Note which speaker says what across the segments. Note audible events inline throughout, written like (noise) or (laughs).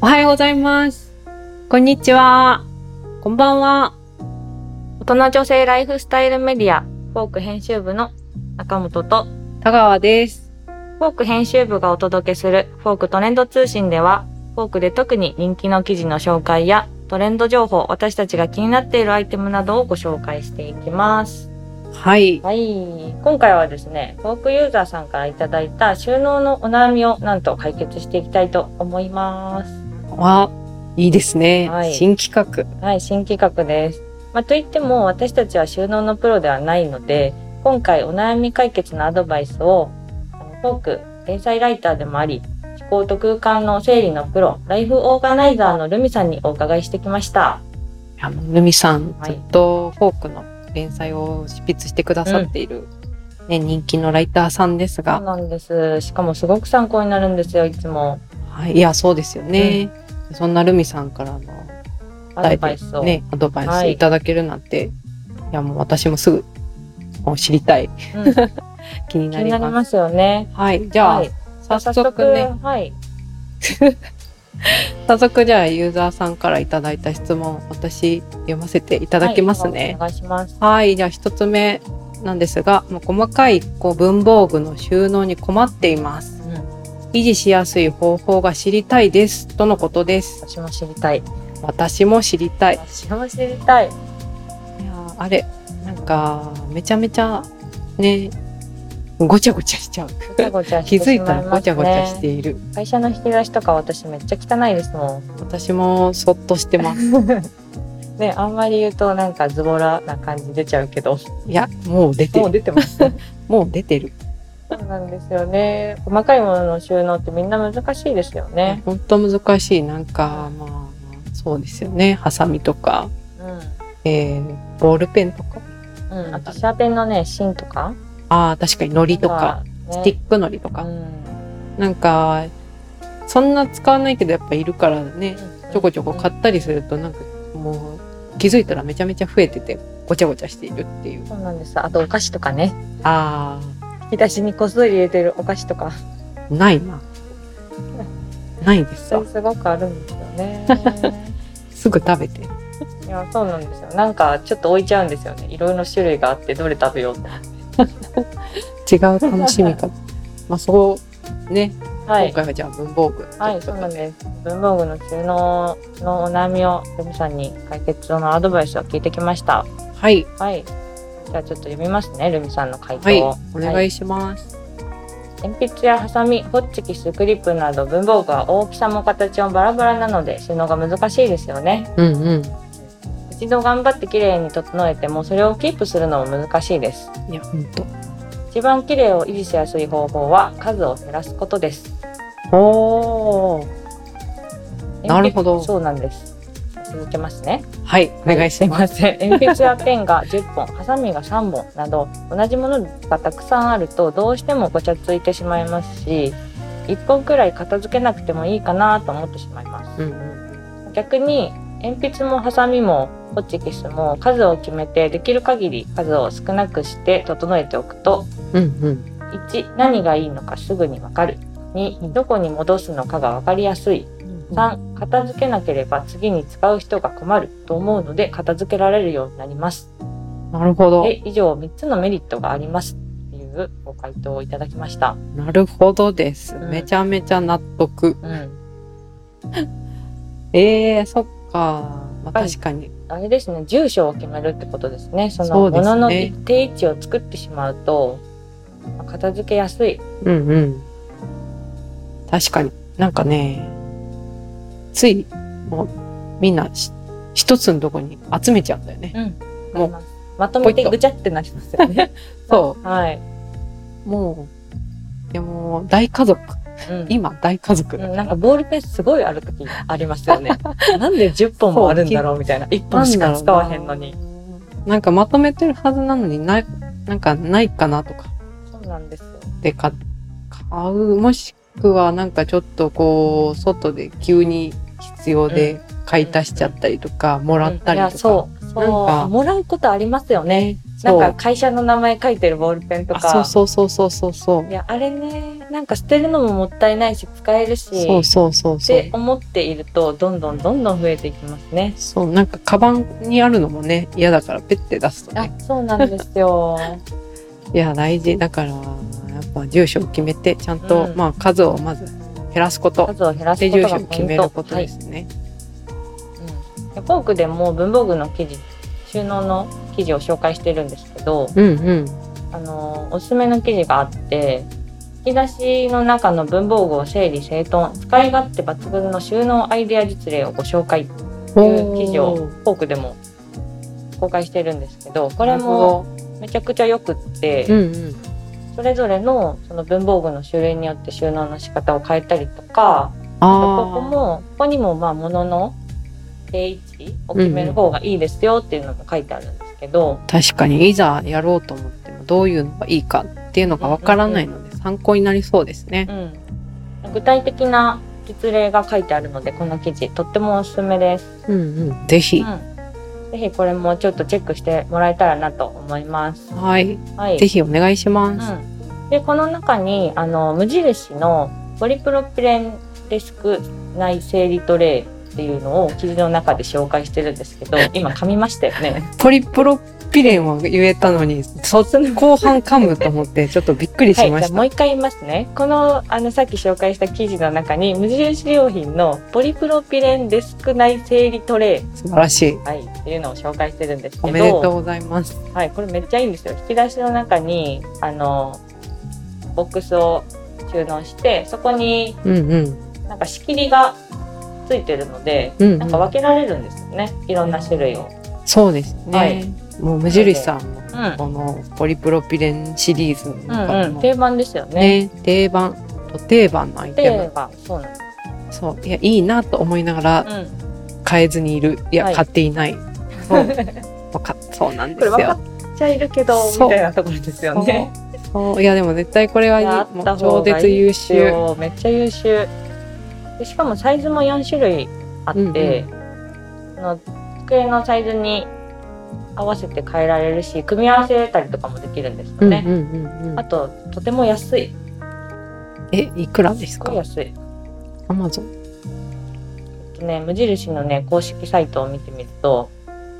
Speaker 1: おはようございます。こんにちは。こんばんは。
Speaker 2: 大人女性ライフスタイルメディアフォーク編集部の中本と
Speaker 1: 田川です。
Speaker 2: フォーク編集部がお届けするフォークトレンド通信ではフォークで特に人気の記事の紹介やトレンド情報私たちが気になっているアイテムなどをご紹介していきます
Speaker 1: はい。
Speaker 2: はい今回はですねフォークユーザーさんからいただいた収納のお悩みをなんと解決していきたいと思います
Speaker 1: わ、いいですね。
Speaker 2: はい
Speaker 1: 新企画。
Speaker 2: はい、新企画です。まあ、といっても私たちは収納のプロではないので、今回お悩み解決のアドバイスを、あのトーク、天才ライターでもあり、思考と空間の整理のプロ、ライフオーガナイザーのルミさんにお伺いしてきました。
Speaker 1: あの、ルミさん、
Speaker 2: はい
Speaker 1: ずっとフォークの連載を執筆してくださっている、ね、人気のライターさんです
Speaker 2: そう
Speaker 1: が、
Speaker 2: なんです。しかもすごく参考になるんですよ、いつも。
Speaker 1: はい、いや、そうですよね。そんなルミさんからの
Speaker 2: アドバイスを。
Speaker 1: ね、アドバイ
Speaker 2: は
Speaker 1: ス
Speaker 2: い
Speaker 1: いただけるなんて、い、や、もう私もすぐもう知りたい。
Speaker 2: うん気
Speaker 1: 気になり
Speaker 2: に
Speaker 1: ま
Speaker 2: な
Speaker 1: す。
Speaker 2: りますよね。
Speaker 1: はい、じゃあ、
Speaker 2: はい
Speaker 1: 早速ね、
Speaker 2: はい。
Speaker 1: 早速じゃあユーザーさんからいただいた質問私読ませていた
Speaker 2: い
Speaker 1: だきますね
Speaker 2: お。願いします。
Speaker 1: はい、じゃあ一つ目なんですが、もう細かいこう文房具の収納に困っています。
Speaker 2: うん、
Speaker 1: 維持しやすい方法が知りたいですとのことです。
Speaker 2: 私も知りたい。
Speaker 1: 私も知りたい。
Speaker 2: 私も知りたい。
Speaker 1: いやーあれなんかめちゃめちゃねごちゃごちゃしちゃう。
Speaker 2: ごちゃごちゃし
Speaker 1: 気
Speaker 2: て
Speaker 1: づい
Speaker 2: しま
Speaker 1: たら
Speaker 2: いますね。
Speaker 1: ごちゃごちゃしている。
Speaker 2: 会社の引き出しとか私めっちゃ汚いですもん。
Speaker 1: 私もそっとしてます。
Speaker 2: ね、あんまり言うとなんかズボラな感じ出ちゃうけど。
Speaker 1: いやもう出てる。
Speaker 2: 出てます。
Speaker 1: もう出てる。
Speaker 2: (laughs) そうなんですよね。細かいものの収納ってみんな難しいですよね。
Speaker 1: 本当難しいなんかまあそうですよねハサミとか、
Speaker 2: う
Speaker 1: えーボールペンとか
Speaker 2: ん。うん。あとシャーペンのね、芯とか。
Speaker 1: あー確かにのりとか、
Speaker 2: ね、
Speaker 1: スティックのりとか、
Speaker 2: うん。
Speaker 1: なんかそんな使わないけどやっぱいるからねちょこちょこ買
Speaker 2: っ
Speaker 1: ったりするとなんかもう気づいたらめちゃめちゃ増えててごちゃごちゃしているっていう
Speaker 2: そうなんです。あとお菓子とかね。
Speaker 1: あ
Speaker 2: 引き出しにこっそり入れてるお菓子とか。
Speaker 1: ーないなないです
Speaker 2: そ
Speaker 1: わ
Speaker 2: れすごくあるんですよね。
Speaker 1: すぐ食べて
Speaker 2: いや、そうなんですよ。なんかちょっと置いちゃうんですよね。いろいろ種類があってどれ食べようって。
Speaker 1: 違う楽しみ
Speaker 2: (laughs)
Speaker 1: 方まあそうね、
Speaker 2: はい
Speaker 1: 今。回はじゃあ文房具
Speaker 2: はい、そうなんです。文房具の収納のお悩みを、ルミさんに解決のアドバイスを聞いてきました。
Speaker 1: はい
Speaker 2: はい。じゃあちょっと読みますね、ルミさんの回
Speaker 1: はい、
Speaker 2: 答を。
Speaker 1: お願いします。
Speaker 2: 鉛筆やハサミ、ホッチキス、クリップなど文房具は大きさも形もバラバラなので収納が難しいですよね。
Speaker 1: うんう
Speaker 2: 一度頑張って綺麗に整えてもそれをキープするのも難しいです。
Speaker 1: ん。いや、本
Speaker 2: 一番綺麗を維持しやすい方法は数を減らすことです。
Speaker 1: 当。おお。なるほど
Speaker 2: 鉛筆そうなんです。続けますね。
Speaker 1: はい、お願いします。
Speaker 2: すいません鉛筆やペンが10本ハサミが3本など同じものがたくさんあるとどうしてもごちゃついてしまいますし1本くらい片付けなくてもいいかなと思ってしまいます
Speaker 1: うんうん。
Speaker 2: 逆に鉛筆もハサミもホチキスも数を決めてできる限り数を少なくして整えておくと
Speaker 1: うんうん。
Speaker 2: 1何がいいのかすぐに分かる2どこに戻すのかが分かりやすい3片付けなければ次に使う人が困ると思うので片付けられるようになります
Speaker 1: なるほど。
Speaker 2: で以上3つのメリットがありますっていうご回答をいただきました。
Speaker 1: なるほどです。
Speaker 2: うん
Speaker 1: めちゃめちゃ納得。
Speaker 2: うん、
Speaker 1: ええー、そっか。まあ、
Speaker 2: はい
Speaker 1: 確かに。
Speaker 2: あれですね住所を決めるってことですねそ
Speaker 1: そ
Speaker 2: の
Speaker 1: うですね
Speaker 2: 物の一定位置を作ってしまうとまあ片付けやすい。
Speaker 1: うんうん。確かに。なんかね。つい、もう、みんなし、一つのとこに集めちゃうんだよね。
Speaker 2: うん、
Speaker 1: もう
Speaker 2: まとめ
Speaker 1: ポイ
Speaker 2: て
Speaker 1: ッと
Speaker 2: ぐちゃってなりますよ (laughs) ね。
Speaker 1: そ
Speaker 2: はい、
Speaker 1: う。もう、でも、大家族。
Speaker 2: うん
Speaker 1: 今、大家族。
Speaker 2: うんなんかボールペンすごいある時ありますよ (laughs) ね。なんで10本もあるんだろうみたいな1本しか使わへんのに。
Speaker 1: なんかまとめてるはずなのにないなんかないかなとか
Speaker 2: そうなんですよ。
Speaker 1: で買買うもしくはなんかちょっとこう外で急に必要で買い足しちゃったりとか、もらったり
Speaker 2: うんいや
Speaker 1: とか、
Speaker 2: そうそ
Speaker 1: な
Speaker 2: う
Speaker 1: んか
Speaker 2: もらうことありますよね。
Speaker 1: そ
Speaker 2: な
Speaker 1: うん
Speaker 2: か会社の名前書いてるボールペンと
Speaker 1: あ
Speaker 2: か。
Speaker 1: そうそうそうそうそうそう
Speaker 2: いやあれねなんか捨てるのももったいないし使えるし
Speaker 1: そうそうそう
Speaker 2: っ
Speaker 1: そう
Speaker 2: て。思っているとどんどんどんどん増えていきますね。
Speaker 1: そう、なんか、カバンにあるのもね、嫌だから、ペッて出すと
Speaker 2: あ
Speaker 1: ね。
Speaker 2: そうなんで
Speaker 1: (laughs)
Speaker 2: すよ。
Speaker 1: いや、大事だから、やっぱ住所を決めて、ちゃんと、
Speaker 2: うん
Speaker 1: まあ、数をまず減らすこと。
Speaker 2: 数を減らす
Speaker 1: で、
Speaker 2: こ
Speaker 1: 住
Speaker 2: と
Speaker 1: 所
Speaker 2: が
Speaker 1: を
Speaker 2: ポ
Speaker 1: 決
Speaker 2: イ
Speaker 1: め
Speaker 2: ン
Speaker 1: る
Speaker 2: ト。
Speaker 1: ことですね。
Speaker 2: はいうん、フォークでも文房具の記事収納の記事を紹介してるんですけど、
Speaker 1: うんうん。
Speaker 2: あのおすすめの記事があって引き出しの中の文房具を整理整頓使い勝手抜群の収納アイデア実例をご紹介フ
Speaker 1: おー
Speaker 2: 記事をォークでも公開してるんですけどこれもめちゃくちゃよくって、
Speaker 1: うんうん。
Speaker 2: それぞれのその文房具の種類によって収納の仕方を変えたりとかここ
Speaker 1: あ
Speaker 2: もここにもまあ物の定位置を決める方がいいですよっていうのも書いてあるんですけど。
Speaker 1: あ、確かに、いざやろうと思っても、どういうのがいいかっていうのがわからないので、参考になりそうですね。
Speaker 2: うん、具体的な実例が書いてあるのでこの記事とってもおすすめです、
Speaker 1: うんうん。ぜ
Speaker 2: う
Speaker 1: ひ。
Speaker 2: ん、ぜひこれもちょっとチェックしてもらえたらなと思います、
Speaker 1: はい。
Speaker 2: はい
Speaker 1: ぜひお願いします。
Speaker 2: うん、でこの中にあの無印のポリプロピレンデスク内整理トレイっていうのを記事の中で紹介してるんですけ
Speaker 1: (laughs)
Speaker 2: ど今噛みましたよね
Speaker 1: ポリプロピレンは言えたのに、 (laughs) そ後半噛むと思って、ちょっとびっくり
Speaker 2: は
Speaker 1: し
Speaker 2: い、
Speaker 1: ま
Speaker 2: じゃあ
Speaker 1: した。
Speaker 2: もう一回言いますね。この、あの、さっき紹介した記事の中に、無印良品のポリプロピレンデスク内整理トレイ
Speaker 1: 素晴らしい。
Speaker 2: はい、っていうのを紹介してるんです
Speaker 1: お
Speaker 2: け
Speaker 1: めでとう
Speaker 2: ど、
Speaker 1: ございます。
Speaker 2: はい、これめっちゃいいんですよ。引き出しの中にあのボックスを収納して、そこに
Speaker 1: うんうん。
Speaker 2: なんか仕切りがついてるので、
Speaker 1: うんうん
Speaker 2: なんか分けられるんですよね。いろんな種類を。
Speaker 1: そうですね。
Speaker 2: はい
Speaker 1: もう無印さんも、
Speaker 2: うん、う
Speaker 1: このポリプロピレンシリーズの
Speaker 2: ん、
Speaker 1: 中
Speaker 2: うん、
Speaker 1: の
Speaker 2: 定番ですよね。
Speaker 1: ね、定番、と定番のアイテ
Speaker 2: 定
Speaker 1: ム。
Speaker 2: 番、そうなんです。
Speaker 1: そう。いや、いいなと思いながら
Speaker 2: うん、
Speaker 1: 買えずにいる。いや、
Speaker 2: はい
Speaker 1: 買っていない。
Speaker 2: (laughs)
Speaker 1: そう。わかそうなんで
Speaker 2: こ
Speaker 1: す
Speaker 2: れ分
Speaker 1: よ。
Speaker 2: かっちゃいるけど
Speaker 1: そう
Speaker 2: みたいなところですよね。
Speaker 1: そういや、でも絶対これはいいい
Speaker 2: やあっ
Speaker 1: も
Speaker 2: た
Speaker 1: う
Speaker 2: 方
Speaker 1: 超
Speaker 2: が
Speaker 1: 絶
Speaker 2: いい
Speaker 1: 優
Speaker 2: です
Speaker 1: 秀。
Speaker 2: よめっちゃ優秀でしかもサイズも4種類あって、
Speaker 1: うんうん
Speaker 2: その机のサイズに合わせて変えられるし組み合わせたりとかもできるんですよ
Speaker 1: うんうん
Speaker 2: ね、
Speaker 1: うんう
Speaker 2: あ
Speaker 1: ん。
Speaker 2: ととても安い
Speaker 1: え、いくらです
Speaker 2: す
Speaker 1: か
Speaker 2: ごい安い
Speaker 1: アマゾン。
Speaker 2: えっとね無印のね公式サイトを見てみると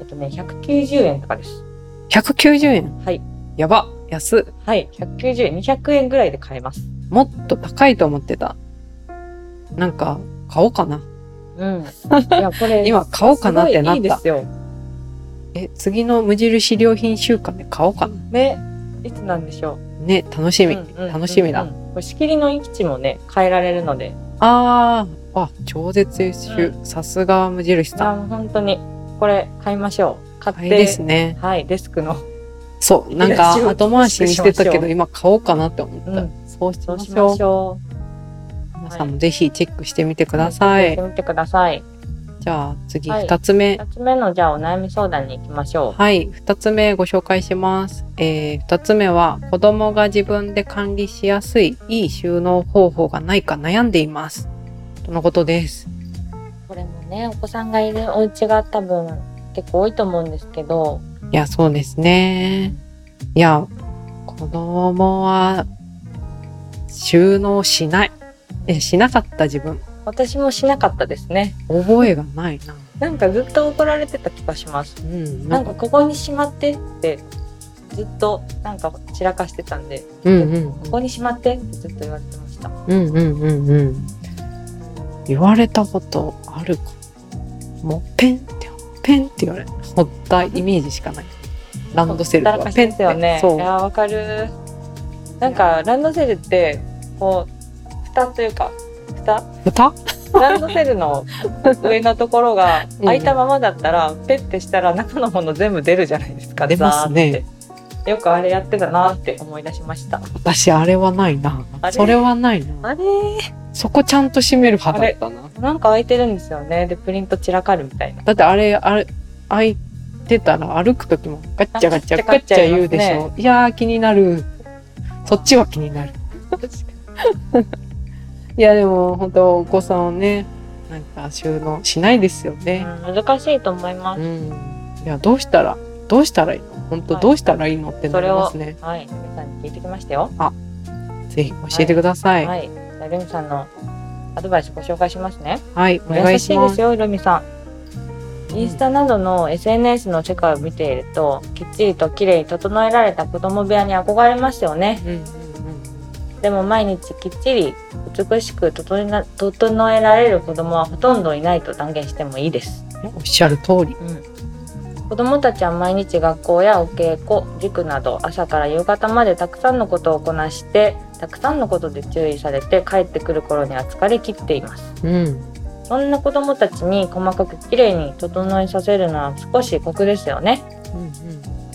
Speaker 2: えっとね190円とかです
Speaker 1: 190円
Speaker 2: はい
Speaker 1: やば安っ
Speaker 2: はい190円200円ぐらいで買えます
Speaker 1: もっと高いと思ってたなんか買おうかな
Speaker 2: うん
Speaker 1: (laughs)
Speaker 2: いやこれ
Speaker 1: 今買おうかなってなっ
Speaker 2: すごいいいで
Speaker 1: た
Speaker 2: すよ
Speaker 1: え次の無印良品週間で買おうかな
Speaker 2: ねいつなんでしょう
Speaker 1: ね楽しみ、
Speaker 2: うんうん
Speaker 1: 楽しみだ、
Speaker 2: うんうんこれ仕切りの位置もね変えられるので
Speaker 1: あーあ超絶優秀、さすが無印
Speaker 2: あ
Speaker 1: さん
Speaker 2: ー本当にこれ買いましょう買って
Speaker 1: はいですね
Speaker 2: はいデスクの
Speaker 1: そうなん
Speaker 2: いや
Speaker 1: か
Speaker 2: 仕事
Speaker 1: 後回しにしてたけ
Speaker 2: しましょ
Speaker 1: ど
Speaker 2: う
Speaker 1: 今買おうかなって思った、
Speaker 2: うん
Speaker 1: そうし
Speaker 2: ど
Speaker 1: ま
Speaker 2: うし
Speaker 1: し
Speaker 2: ま
Speaker 1: ょう
Speaker 2: しょ
Speaker 1: 皆さんもぜひチェックしてみてくださ
Speaker 2: う
Speaker 1: い、
Speaker 2: やってみてください
Speaker 1: じゃあ次
Speaker 2: はい
Speaker 1: 2つ目、
Speaker 2: 2つ目のじゃあお悩み相談に行きましょ
Speaker 1: はい、2つ目ご紹介します。え2つ目は、子供が自分で管理しやすいいい収納方法がないか悩んでいます。とのことです。
Speaker 2: うこれもねお子さんがいるお家が多分結構多いと思うんですけど
Speaker 1: いや、そうですね。いや、子供は収納しない。え、しなかった自分。
Speaker 2: 私もしなかったですね
Speaker 1: 覚えがないな。
Speaker 2: なんかずっと怒られてた気がします
Speaker 1: うん、
Speaker 2: な
Speaker 1: なんん
Speaker 2: か
Speaker 1: か、
Speaker 2: ここにしまってってずっとなんか散らかしてたんで
Speaker 1: うんうん
Speaker 2: ここにしまってってずっと言われてました
Speaker 1: うんうんうんうん。言われたことあるかな。もうペンって、ペンって言われる。ほったイメージしかない。ランドセル
Speaker 2: だら
Speaker 1: とか
Speaker 2: かし
Speaker 1: ペ
Speaker 2: で
Speaker 1: ンっ
Speaker 2: す
Speaker 1: て。
Speaker 2: よね。い
Speaker 1: そう。
Speaker 2: やわかる。なんかランドセルってこう蓋というか蓋
Speaker 1: 蓋
Speaker 2: ランドセ
Speaker 1: (laughs)
Speaker 2: ルの上のところが
Speaker 1: うん
Speaker 2: 開いたままだったらペッてしたら中のもの全部出るじゃないですか。
Speaker 1: 出ますね
Speaker 2: ザーって。よくあれやってたなって思い出しました。
Speaker 1: 私、あれはないな
Speaker 2: あれ。
Speaker 1: それはないな。
Speaker 2: あれ
Speaker 1: そこちゃんと閉める派だったな。
Speaker 2: なんか開いてるんですよね。でプリント散らかるみたいな。
Speaker 1: だってあれ、あれ、開いてたら歩くときもガッチャガチャ
Speaker 2: ガ
Speaker 1: ガ
Speaker 2: ッ
Speaker 1: ッ
Speaker 2: チ
Speaker 1: チ
Speaker 2: ャガッ
Speaker 1: ャ
Speaker 2: チャ
Speaker 1: 言うでし
Speaker 2: 言い
Speaker 1: ょ。いやー、気になる。そっちは気になる。いや、でも、本当お子さんをね、なんか収納しないですよね。
Speaker 2: うん難しいと思いま
Speaker 1: う
Speaker 2: す。
Speaker 1: ん、いやどうしたらどうしたらいいの本当、
Speaker 2: はい
Speaker 1: どうしたらいいのってな
Speaker 2: そ
Speaker 1: り
Speaker 2: れを
Speaker 1: ますね
Speaker 2: はい皆さんに聞いてきましたよ。
Speaker 1: ぜひ教えてください。はい、
Speaker 2: はい。じゃあルミさんのアドバイスご紹介しますね。
Speaker 1: お願い
Speaker 2: 優し
Speaker 1: し
Speaker 2: いん
Speaker 1: ま
Speaker 2: です
Speaker 1: す。
Speaker 2: よ、ルミさん。インスタなどの SNS の世界を見ていると、きっちりと綺麗に整えられた子供部屋に憧れますよね。
Speaker 1: うんうん
Speaker 2: でも毎日きっちり美しく整えな整えられる子供はほとんどいないと断言してもいいです。
Speaker 1: うんおっしゃる通り。
Speaker 2: 子どもたちは毎日学校やお稽古塾など朝から夕方までたくさんのことをこなしてたくさんのことで注意されて帰ってくる頃には疲れ切っています
Speaker 1: うん。
Speaker 2: そんな子どもたちに細かくきれいに整えさせるのは少し酷ですよね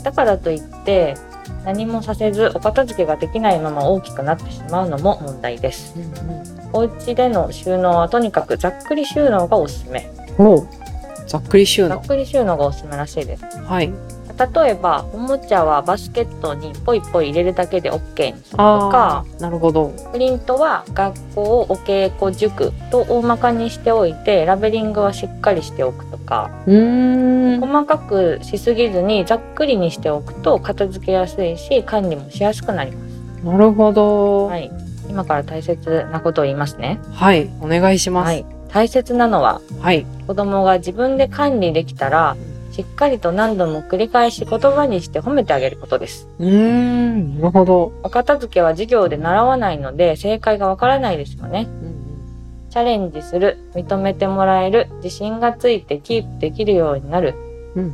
Speaker 2: だからといって何もさせずお片付けができないまま大きくなってしまうのも問題ですお家での収納はとにかくざっくり収納がおすすめ
Speaker 1: おうざっくり収
Speaker 2: ざ
Speaker 1: 納
Speaker 2: っ。くり収納がおすすめらしいです
Speaker 1: はい。
Speaker 2: 例えばおもちゃはバスケットにポイポイ入れるだけで OK にすると
Speaker 1: あ
Speaker 2: か
Speaker 1: あ、なるほど。
Speaker 2: プリントは学校お稽古塾と大まかにしておいてラベリングはしっかりしておくとか
Speaker 1: うーん。
Speaker 2: 細かくしすぎずにざっくりにしておくと片付けやすいし管理もしやすくなります。
Speaker 1: なるほど。
Speaker 2: は
Speaker 1: はい、
Speaker 2: い、今から大切なことを言いますね。
Speaker 1: お願いします。
Speaker 2: は
Speaker 1: はい。
Speaker 2: い、大切なのは子供が自分で管理できたらしっかりと何度も繰り返し言葉にして褒めてあげることです。
Speaker 1: うーん、なるほど。
Speaker 2: お片付けは授業で習わないので正解がわからないですよね。
Speaker 1: うん
Speaker 2: チャレンジする、認めてもらえる、自信がついてキープできるようになる。
Speaker 1: うん。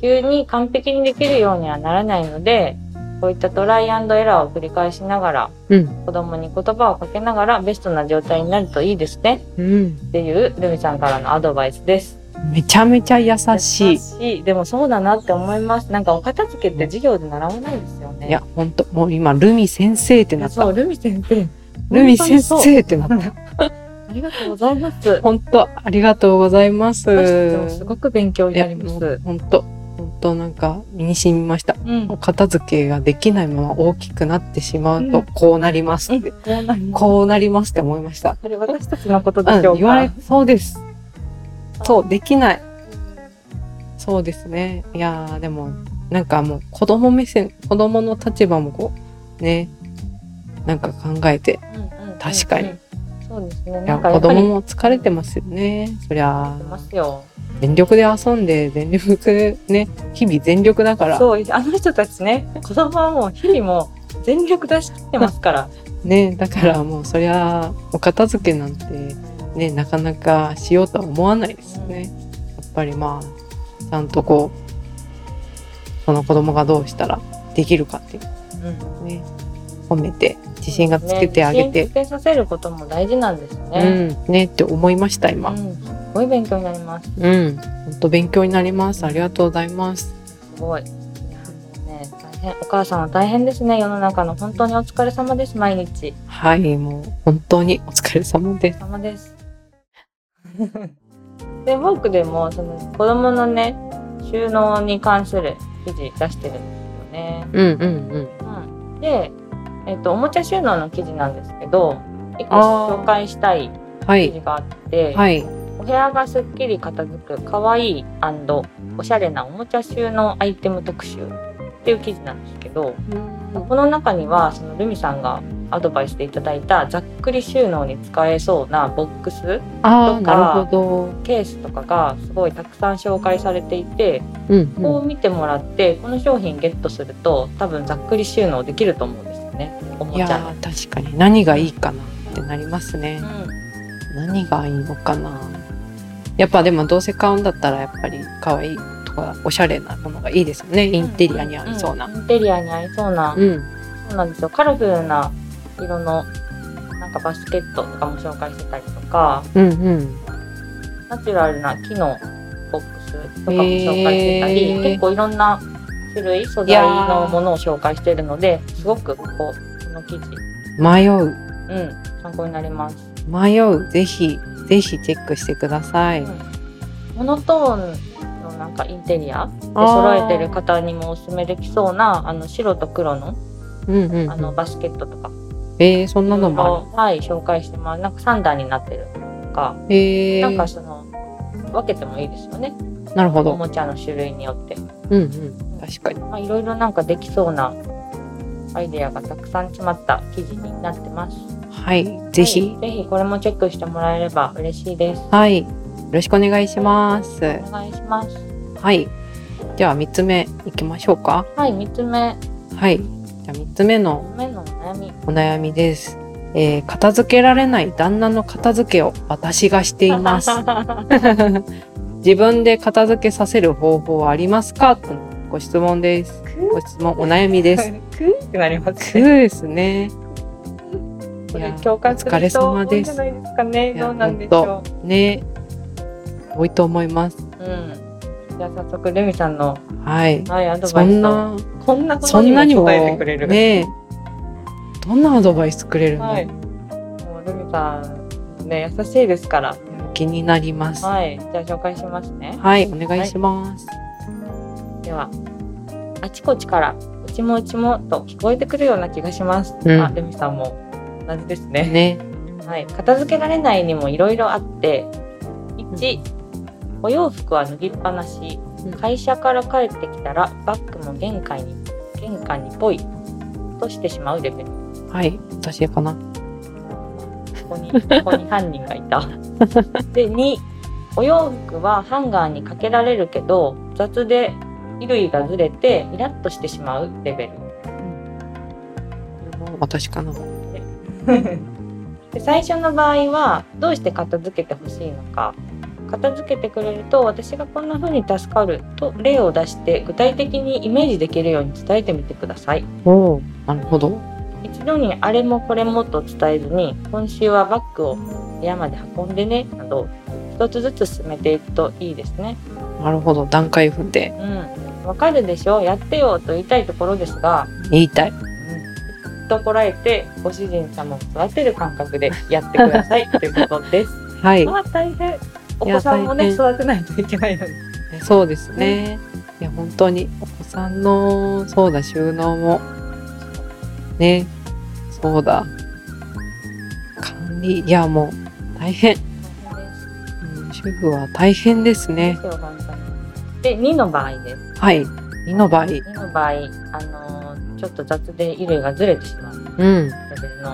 Speaker 2: 急に完璧にできるようにはならないので、こういったトライアンドエラーを繰り返しながら、
Speaker 1: うん。
Speaker 2: 子供に言葉をかけながらベストな状態になるといいですね。
Speaker 1: うん。
Speaker 2: っていうルミさんからのアドバイスです。
Speaker 1: めちゃめちゃ優しい。
Speaker 2: い。でもそうだなって思います。なんかお片付けって授業で習わないですよね。
Speaker 1: いや、ほんと、もう今、ルミ先生ってなった
Speaker 2: そ。う、ルミ先生。
Speaker 1: ルミ先
Speaker 2: 本当にそう
Speaker 1: 生ってな (laughs) った。
Speaker 2: ありがとうございます。
Speaker 1: ほんと、ありがとうございます。
Speaker 2: すごく勉強
Speaker 1: い
Speaker 2: にな
Speaker 1: や
Speaker 2: りま
Speaker 1: も
Speaker 2: す
Speaker 1: う。ほんと、ほんとなんか、身に染みました。
Speaker 2: うん
Speaker 1: お片付けができないまま大きくなってしまう
Speaker 2: う
Speaker 1: と
Speaker 2: ん、
Speaker 1: こうなりますって。
Speaker 2: こうなります
Speaker 1: こうなりますって思いました。
Speaker 2: それ私たちのことで
Speaker 1: うん
Speaker 2: しょうか。
Speaker 1: 言われ、そうです。そう、できない。そうですね。いやーでも、なんかもう子供目線、子供の立場もこう、ね、なんか考えて、
Speaker 2: うんうんうん
Speaker 1: 確かに。
Speaker 2: そうですね。
Speaker 1: い
Speaker 2: な
Speaker 1: や
Speaker 2: んかや
Speaker 1: 子
Speaker 2: っぱ
Speaker 1: 供
Speaker 2: り
Speaker 1: も疲れてますよね。そりゃあ、
Speaker 2: ますよ。
Speaker 1: 全力で遊んで、全力でね、日々全力だから、
Speaker 2: そうあの人たちね、子供はもう日々もう全力出し切ってますから。
Speaker 1: ね、だからもうそりゃあ、お片付けなんて、ね、なかなかしようとは思わないですね。やっぱりまあ、ちゃんとこう、その子供がどうしたらできるかっていうね、褒めて (laughs) 自信がつけてあげ
Speaker 2: ね
Speaker 1: て、
Speaker 2: 自信つけさせることも大事なんですね。
Speaker 1: うんねって思いました
Speaker 2: う
Speaker 1: 今
Speaker 2: ん。すごい勉強になります。
Speaker 1: うん本当勉強になりますありがとうございます
Speaker 2: すごい。ね大変お母さんは大変ですね世の中の本当にお疲れ様です毎日
Speaker 1: はいもう本当にお疲れ様です
Speaker 2: 様です。 (laughs) で、僕でも、その子供のね、収納に関する記事出してるんですよね。
Speaker 1: うんうん
Speaker 2: うん、で、えっと、おもちゃ収納の記事なんですけど、一個
Speaker 1: あー
Speaker 2: 紹介したい
Speaker 1: うんは
Speaker 2: 記
Speaker 1: い
Speaker 2: 事があって、
Speaker 1: はい
Speaker 2: お部屋がすっきり片付く可愛いおしゃれなおもちゃ収納アイテム特集っていう記事なんですけど、この中にはそのルミさんがアドバイスでいただいたざっくり収納に使えそうなボックス
Speaker 1: ああ
Speaker 2: とか
Speaker 1: なるほ
Speaker 2: ケースとかがすごいたくさん紹介されていて、
Speaker 1: どうんう
Speaker 2: こ
Speaker 1: ん
Speaker 2: う見てもらってこの商品ゲットすると多分ざっくり収納できると思うんですよねおも
Speaker 1: い
Speaker 2: ち
Speaker 1: や
Speaker 2: ゃの。
Speaker 1: ー確かに何がいいかなってなりますね
Speaker 2: うん
Speaker 1: 何がいいのかなやっぱでもどうせ買うんだったらやっぱり可愛いとかおしゃれなものがいいですよねインテリアに合いそうな
Speaker 2: うんインテリアに合いそうな、
Speaker 1: うん
Speaker 2: そうなんですよカラフルな色のなんかバスケットとかも紹介してたりとか
Speaker 1: うんうん
Speaker 2: ナチュラルな木のボックスとかも紹介してたり、
Speaker 1: へー
Speaker 2: 結構いろんな種類素材のものを紹介しているのですごくこここの記事、
Speaker 1: 迷う
Speaker 2: うん、参考になります。
Speaker 1: 迷うぜひぜひチェックしてください、
Speaker 2: うんモノトーンのなんかインテリアで揃えてる方にもおすすめできそうなあの白と黒の
Speaker 1: うんうんうん
Speaker 2: あのバスケットとか
Speaker 1: えー、そんなの
Speaker 2: いろ
Speaker 1: も
Speaker 2: いろはい、紹介してますなんか3段になってるとか
Speaker 1: あるえー、
Speaker 2: なんかその分けてもいいですよね
Speaker 1: なるほ
Speaker 2: お
Speaker 1: ど
Speaker 2: もちゃの種類によって、
Speaker 1: うんうん確かに
Speaker 2: まあ、いろいろなんかできそうなアイデアがたくさん詰まった記事になってます。
Speaker 1: はい、ぜひ
Speaker 2: はい、ぜひこれもチェックしてもらえれば嬉しいです。
Speaker 1: はい、よろしくお願いします。
Speaker 2: お願いします。
Speaker 1: はい、では三つ目いきましょうか。
Speaker 2: はい、三つ目、
Speaker 1: はい、じゃあ三つ目の
Speaker 2: 目のお悩み。
Speaker 1: お悩みです。えー片付けられない旦那の片付けを私がしてい
Speaker 2: (laughs)
Speaker 1: ます。自分で片付けさせる方法はありますかとのご質問です。ご質問、お悩みです。
Speaker 2: くーってなります
Speaker 1: そう
Speaker 2: ね。
Speaker 1: ですね。
Speaker 2: こ
Speaker 1: い
Speaker 2: れ
Speaker 1: や
Speaker 2: 共感する
Speaker 1: お疲れ
Speaker 2: 人
Speaker 1: 様
Speaker 2: 多いん
Speaker 1: で
Speaker 2: じゃ
Speaker 1: す
Speaker 2: ないですかね。
Speaker 1: いや
Speaker 2: どうなんでしょ
Speaker 1: ね、多いと思います。
Speaker 2: う。うん。じゃあ早速レミさんの
Speaker 1: はい。
Speaker 2: はいアドバ
Speaker 1: そ
Speaker 2: イ
Speaker 1: ん
Speaker 2: スを
Speaker 1: な、
Speaker 2: こんな
Speaker 1: そんなにも、
Speaker 2: 答えてくれる。
Speaker 1: ね、どんなアドバイスくれるの、
Speaker 2: はい。もうルミさんね優しいですから。
Speaker 1: 気になります。は
Speaker 2: はい。じゃあ紹介しますね。
Speaker 1: い、お願いします。
Speaker 2: ではあちこちからうちもうちもと聞こえてくるような気がします。
Speaker 1: うん
Speaker 2: あルミさんも同じですね。
Speaker 1: ね、
Speaker 2: はい、片付けられないにもいろいろあって1お洋服は脱ぎっぱなし
Speaker 1: うん
Speaker 2: 会社から帰ってきたらバッグも玄関に玄関にポイとしてしまうレベルこ
Speaker 1: はい、私かな。
Speaker 2: こにここに犯人がいた。で2お洋服はハンガーにかけられるけど雑で衣類がずれてイラッとしてしまうレベル。
Speaker 1: 私かな。
Speaker 2: で最初の場合はどうして片付けてほしいのか片付けてくれると私がこんな風に助かると例を出して具体的にイメージできるように伝えてみてください
Speaker 1: おお、なるほど。
Speaker 2: 一度にあれもこれもと伝えずに今週はバッグを部屋まで運んでねなど一つずつ進めていくといいですね
Speaker 1: なるほど。段階踏んで
Speaker 2: うんわかるでしょやってよと言いたいところですが
Speaker 1: 言いたい。
Speaker 2: きっとこらえてご主人様を育てる感覚でやってくだ
Speaker 1: (laughs)
Speaker 2: さいということです
Speaker 1: はい。
Speaker 2: あー大変お子さんも
Speaker 1: い
Speaker 2: ね
Speaker 1: や
Speaker 2: 育てないといけないのに
Speaker 1: そうですね。いや、本当に、お子さんの、そうだ、収納も、ね、そうだ、管理、いや、もう、大変。うん主婦は大変ですね。
Speaker 2: で2の場合です
Speaker 1: はい。二の場合。
Speaker 2: 2の場合、あのーちょっと雑で衣類がずれてしまう
Speaker 1: うん。
Speaker 2: レベルの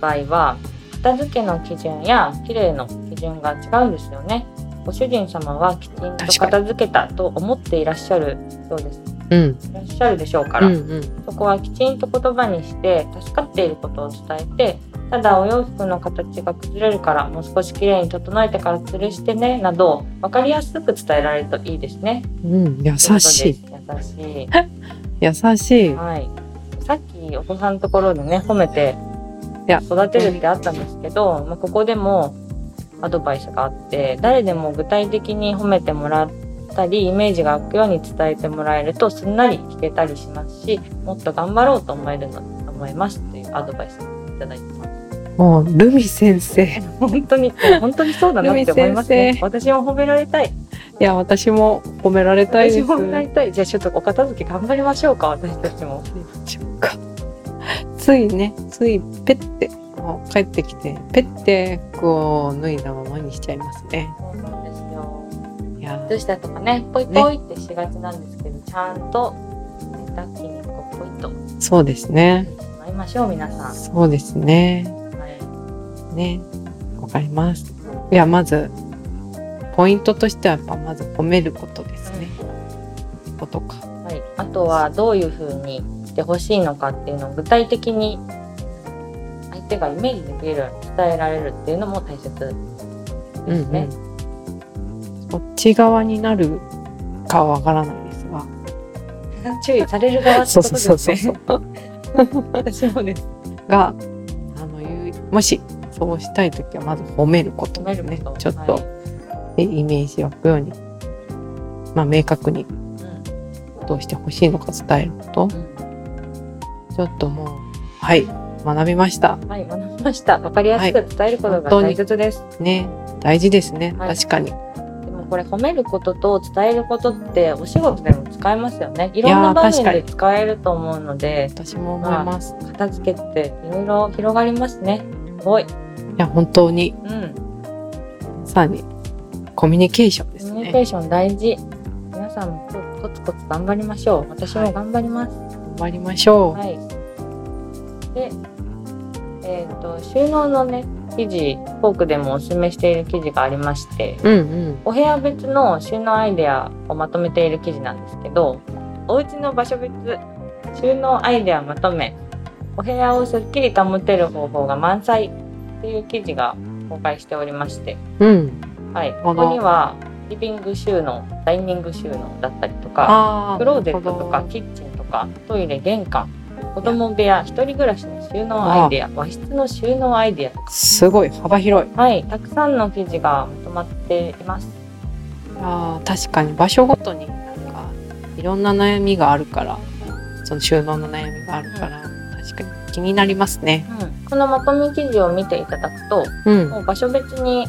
Speaker 2: 場合は片付けの基準や綺麗の基準が違うんですよねご主人様はきちんと片付けたと思っていらっしゃるそうです
Speaker 1: うん。
Speaker 2: いらっしゃるでしょうか
Speaker 1: う
Speaker 2: ら、
Speaker 1: ん。うん。
Speaker 2: そこはきちんと言葉にして助かっていることを伝えてただお洋服の形が崩れるからもう少し綺麗に整えてから吊るしてねなど分かりやすく伝えられるといいですね。
Speaker 1: うん。優しい。
Speaker 2: ということです優し
Speaker 1: 優し
Speaker 2: い、
Speaker 1: い。
Speaker 2: はい、さっきお子さんのところでね褒めて
Speaker 1: いや
Speaker 2: 育てるってあったんですけど、まあ、ここでもアドバイスがあって誰でも具体的に褒めてもらったりイメージが湧くように伝えてもらえるとすんなり聞けたりしますしもっと頑張ろうと思えるの思いますというアドバイスをいただいてます。
Speaker 1: もう、ルミ先 (laughs) 生。い
Speaker 2: 本当に本当にそうだなって思います
Speaker 1: ルミ
Speaker 2: ね
Speaker 1: 先。
Speaker 2: 私も褒められたい。
Speaker 1: や、私も褒められたい
Speaker 2: 私
Speaker 1: です。
Speaker 2: も褒められたい。じゃあちょっとお片付け頑張りましょうか私たちも。
Speaker 1: かついねついペッてこう帰ってきてペッて服を脱いだままにしちゃいますね
Speaker 2: そうなんですよ。
Speaker 1: いや
Speaker 2: 靴下とかねポイポイってしがちなんですけど、ちゃんと洗濯機にこうポイっと
Speaker 1: そうですね
Speaker 2: まいましょう皆さ
Speaker 1: そうですね
Speaker 2: ん。はい
Speaker 1: ねわかりますいやまずポイントとしてはやっぱまず褒めることですね、ことか
Speaker 2: はい、あとはどういうふうにしてほしいのかっていうのを具体的に相手がイメージできるように伝えられるっていうのも大切ですね。
Speaker 1: そっち側になるかわからないですが
Speaker 2: 注意される側って
Speaker 1: そ
Speaker 2: こ
Speaker 1: う
Speaker 2: と
Speaker 1: そう
Speaker 2: です
Speaker 1: そ
Speaker 2: ね。
Speaker 1: うそう
Speaker 2: 私もです。
Speaker 1: があの言うもしそうしたい時はまず褒めること
Speaker 2: 褒
Speaker 1: で
Speaker 2: め
Speaker 1: すね
Speaker 2: ること。
Speaker 1: ちょっと、でイメージ湧くように、まあ、明確に
Speaker 2: は
Speaker 1: どうしてほしいのか伝えること
Speaker 2: いうん
Speaker 1: ちょっともうはい学びました
Speaker 2: うんはい、学びました。わかりやすく伝えることが大切です。
Speaker 1: ね大事ですね、
Speaker 2: はい
Speaker 1: 確かに
Speaker 2: でもこれ褒めることと伝えることってお仕事でも使えますよね。いろんな場
Speaker 1: 確
Speaker 2: 面
Speaker 1: か
Speaker 2: で
Speaker 1: に
Speaker 2: 使えると思うので、
Speaker 1: 私も思います、
Speaker 2: 片付けっていろいろ広がりますね。すごい。
Speaker 1: いや本当に
Speaker 2: うん。
Speaker 1: さらにコミュニケーションで
Speaker 2: コ
Speaker 1: す
Speaker 2: ミュニケ
Speaker 1: ね
Speaker 2: ーション大事。皆さんもコツコツ頑張りましょう。私も頑張ります。
Speaker 1: 頑張りましょう、
Speaker 2: はい。で、えー、と収納のね記事フォークでもおすすめしている記事がありまして
Speaker 1: うんうん
Speaker 2: お部屋別の収納アイデアをまとめている記事なんですけどお家の場所別収納アイデアまとめお部屋をすっきり保てる方法が満載っていう記事が公開しておりまして、
Speaker 1: うん
Speaker 2: はい、
Speaker 1: ほ
Speaker 2: こ
Speaker 1: ど
Speaker 2: こにはリビング収納ダイニング収納だったりとか
Speaker 1: あー
Speaker 2: クローゼッ
Speaker 1: な
Speaker 2: ト
Speaker 1: る
Speaker 2: と
Speaker 1: ほ
Speaker 2: か
Speaker 1: ど
Speaker 2: キッチンとかトイレ玄関子供部屋一人暮らしの収納アイデア和室の収納アイデアとか
Speaker 1: すごい幅広い
Speaker 2: はいたくさんの記事がまとまっています
Speaker 1: あー確かに場所ごとになんかいろんな悩みがあるからその収納の悩みがあるから、確かに気になりますね
Speaker 2: うんこのまとめ記事を見ていただくと
Speaker 1: うん
Speaker 2: もう場所別に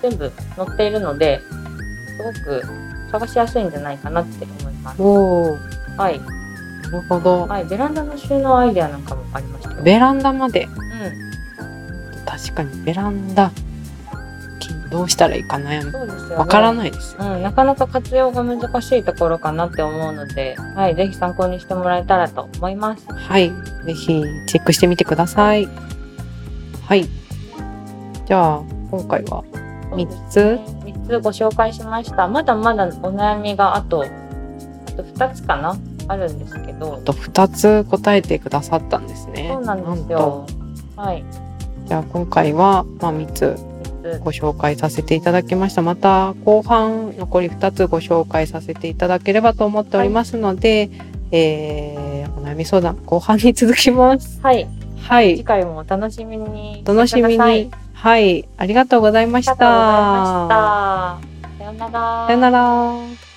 Speaker 2: 全部載っているのですごく探しやすいんじゃないかなって思います
Speaker 1: おおな
Speaker 2: はい、
Speaker 1: るほど
Speaker 2: はい、ベランダの収納アイデアなんかもありましたよ、
Speaker 1: ベランダまで
Speaker 2: う
Speaker 1: 確かにベランダどうしたらいいか悩
Speaker 2: ん、
Speaker 1: む
Speaker 2: そうですよね
Speaker 1: わからないです
Speaker 2: うん、なかなか活用が難しいところかなって思うので、はい、ぜひ参考にしてもらえたらと思います。
Speaker 1: はい、ぜひチェックしてみてください。はい。じゃあ今回は三つ
Speaker 2: 3つご紹介しました。まだまだお悩みがあと、あと2つかなあるんですけど
Speaker 1: あ、と二つ答えてくださったんですね。
Speaker 2: そうなんです
Speaker 1: と
Speaker 2: よ。はい、
Speaker 1: じゃあ今回はまあ三つ
Speaker 2: 3つ。
Speaker 1: ご紹介させていただきました。また後半残り二つご紹介させていただければと思っておりますので、えーお悩み相談後半に続きます。
Speaker 2: はい、
Speaker 1: はい
Speaker 2: 次。回もお楽しみに。
Speaker 1: 楽しみ
Speaker 2: あり
Speaker 1: に。はい、ありがとうございまし
Speaker 2: がとうございました。さようなら。
Speaker 1: たさよなら。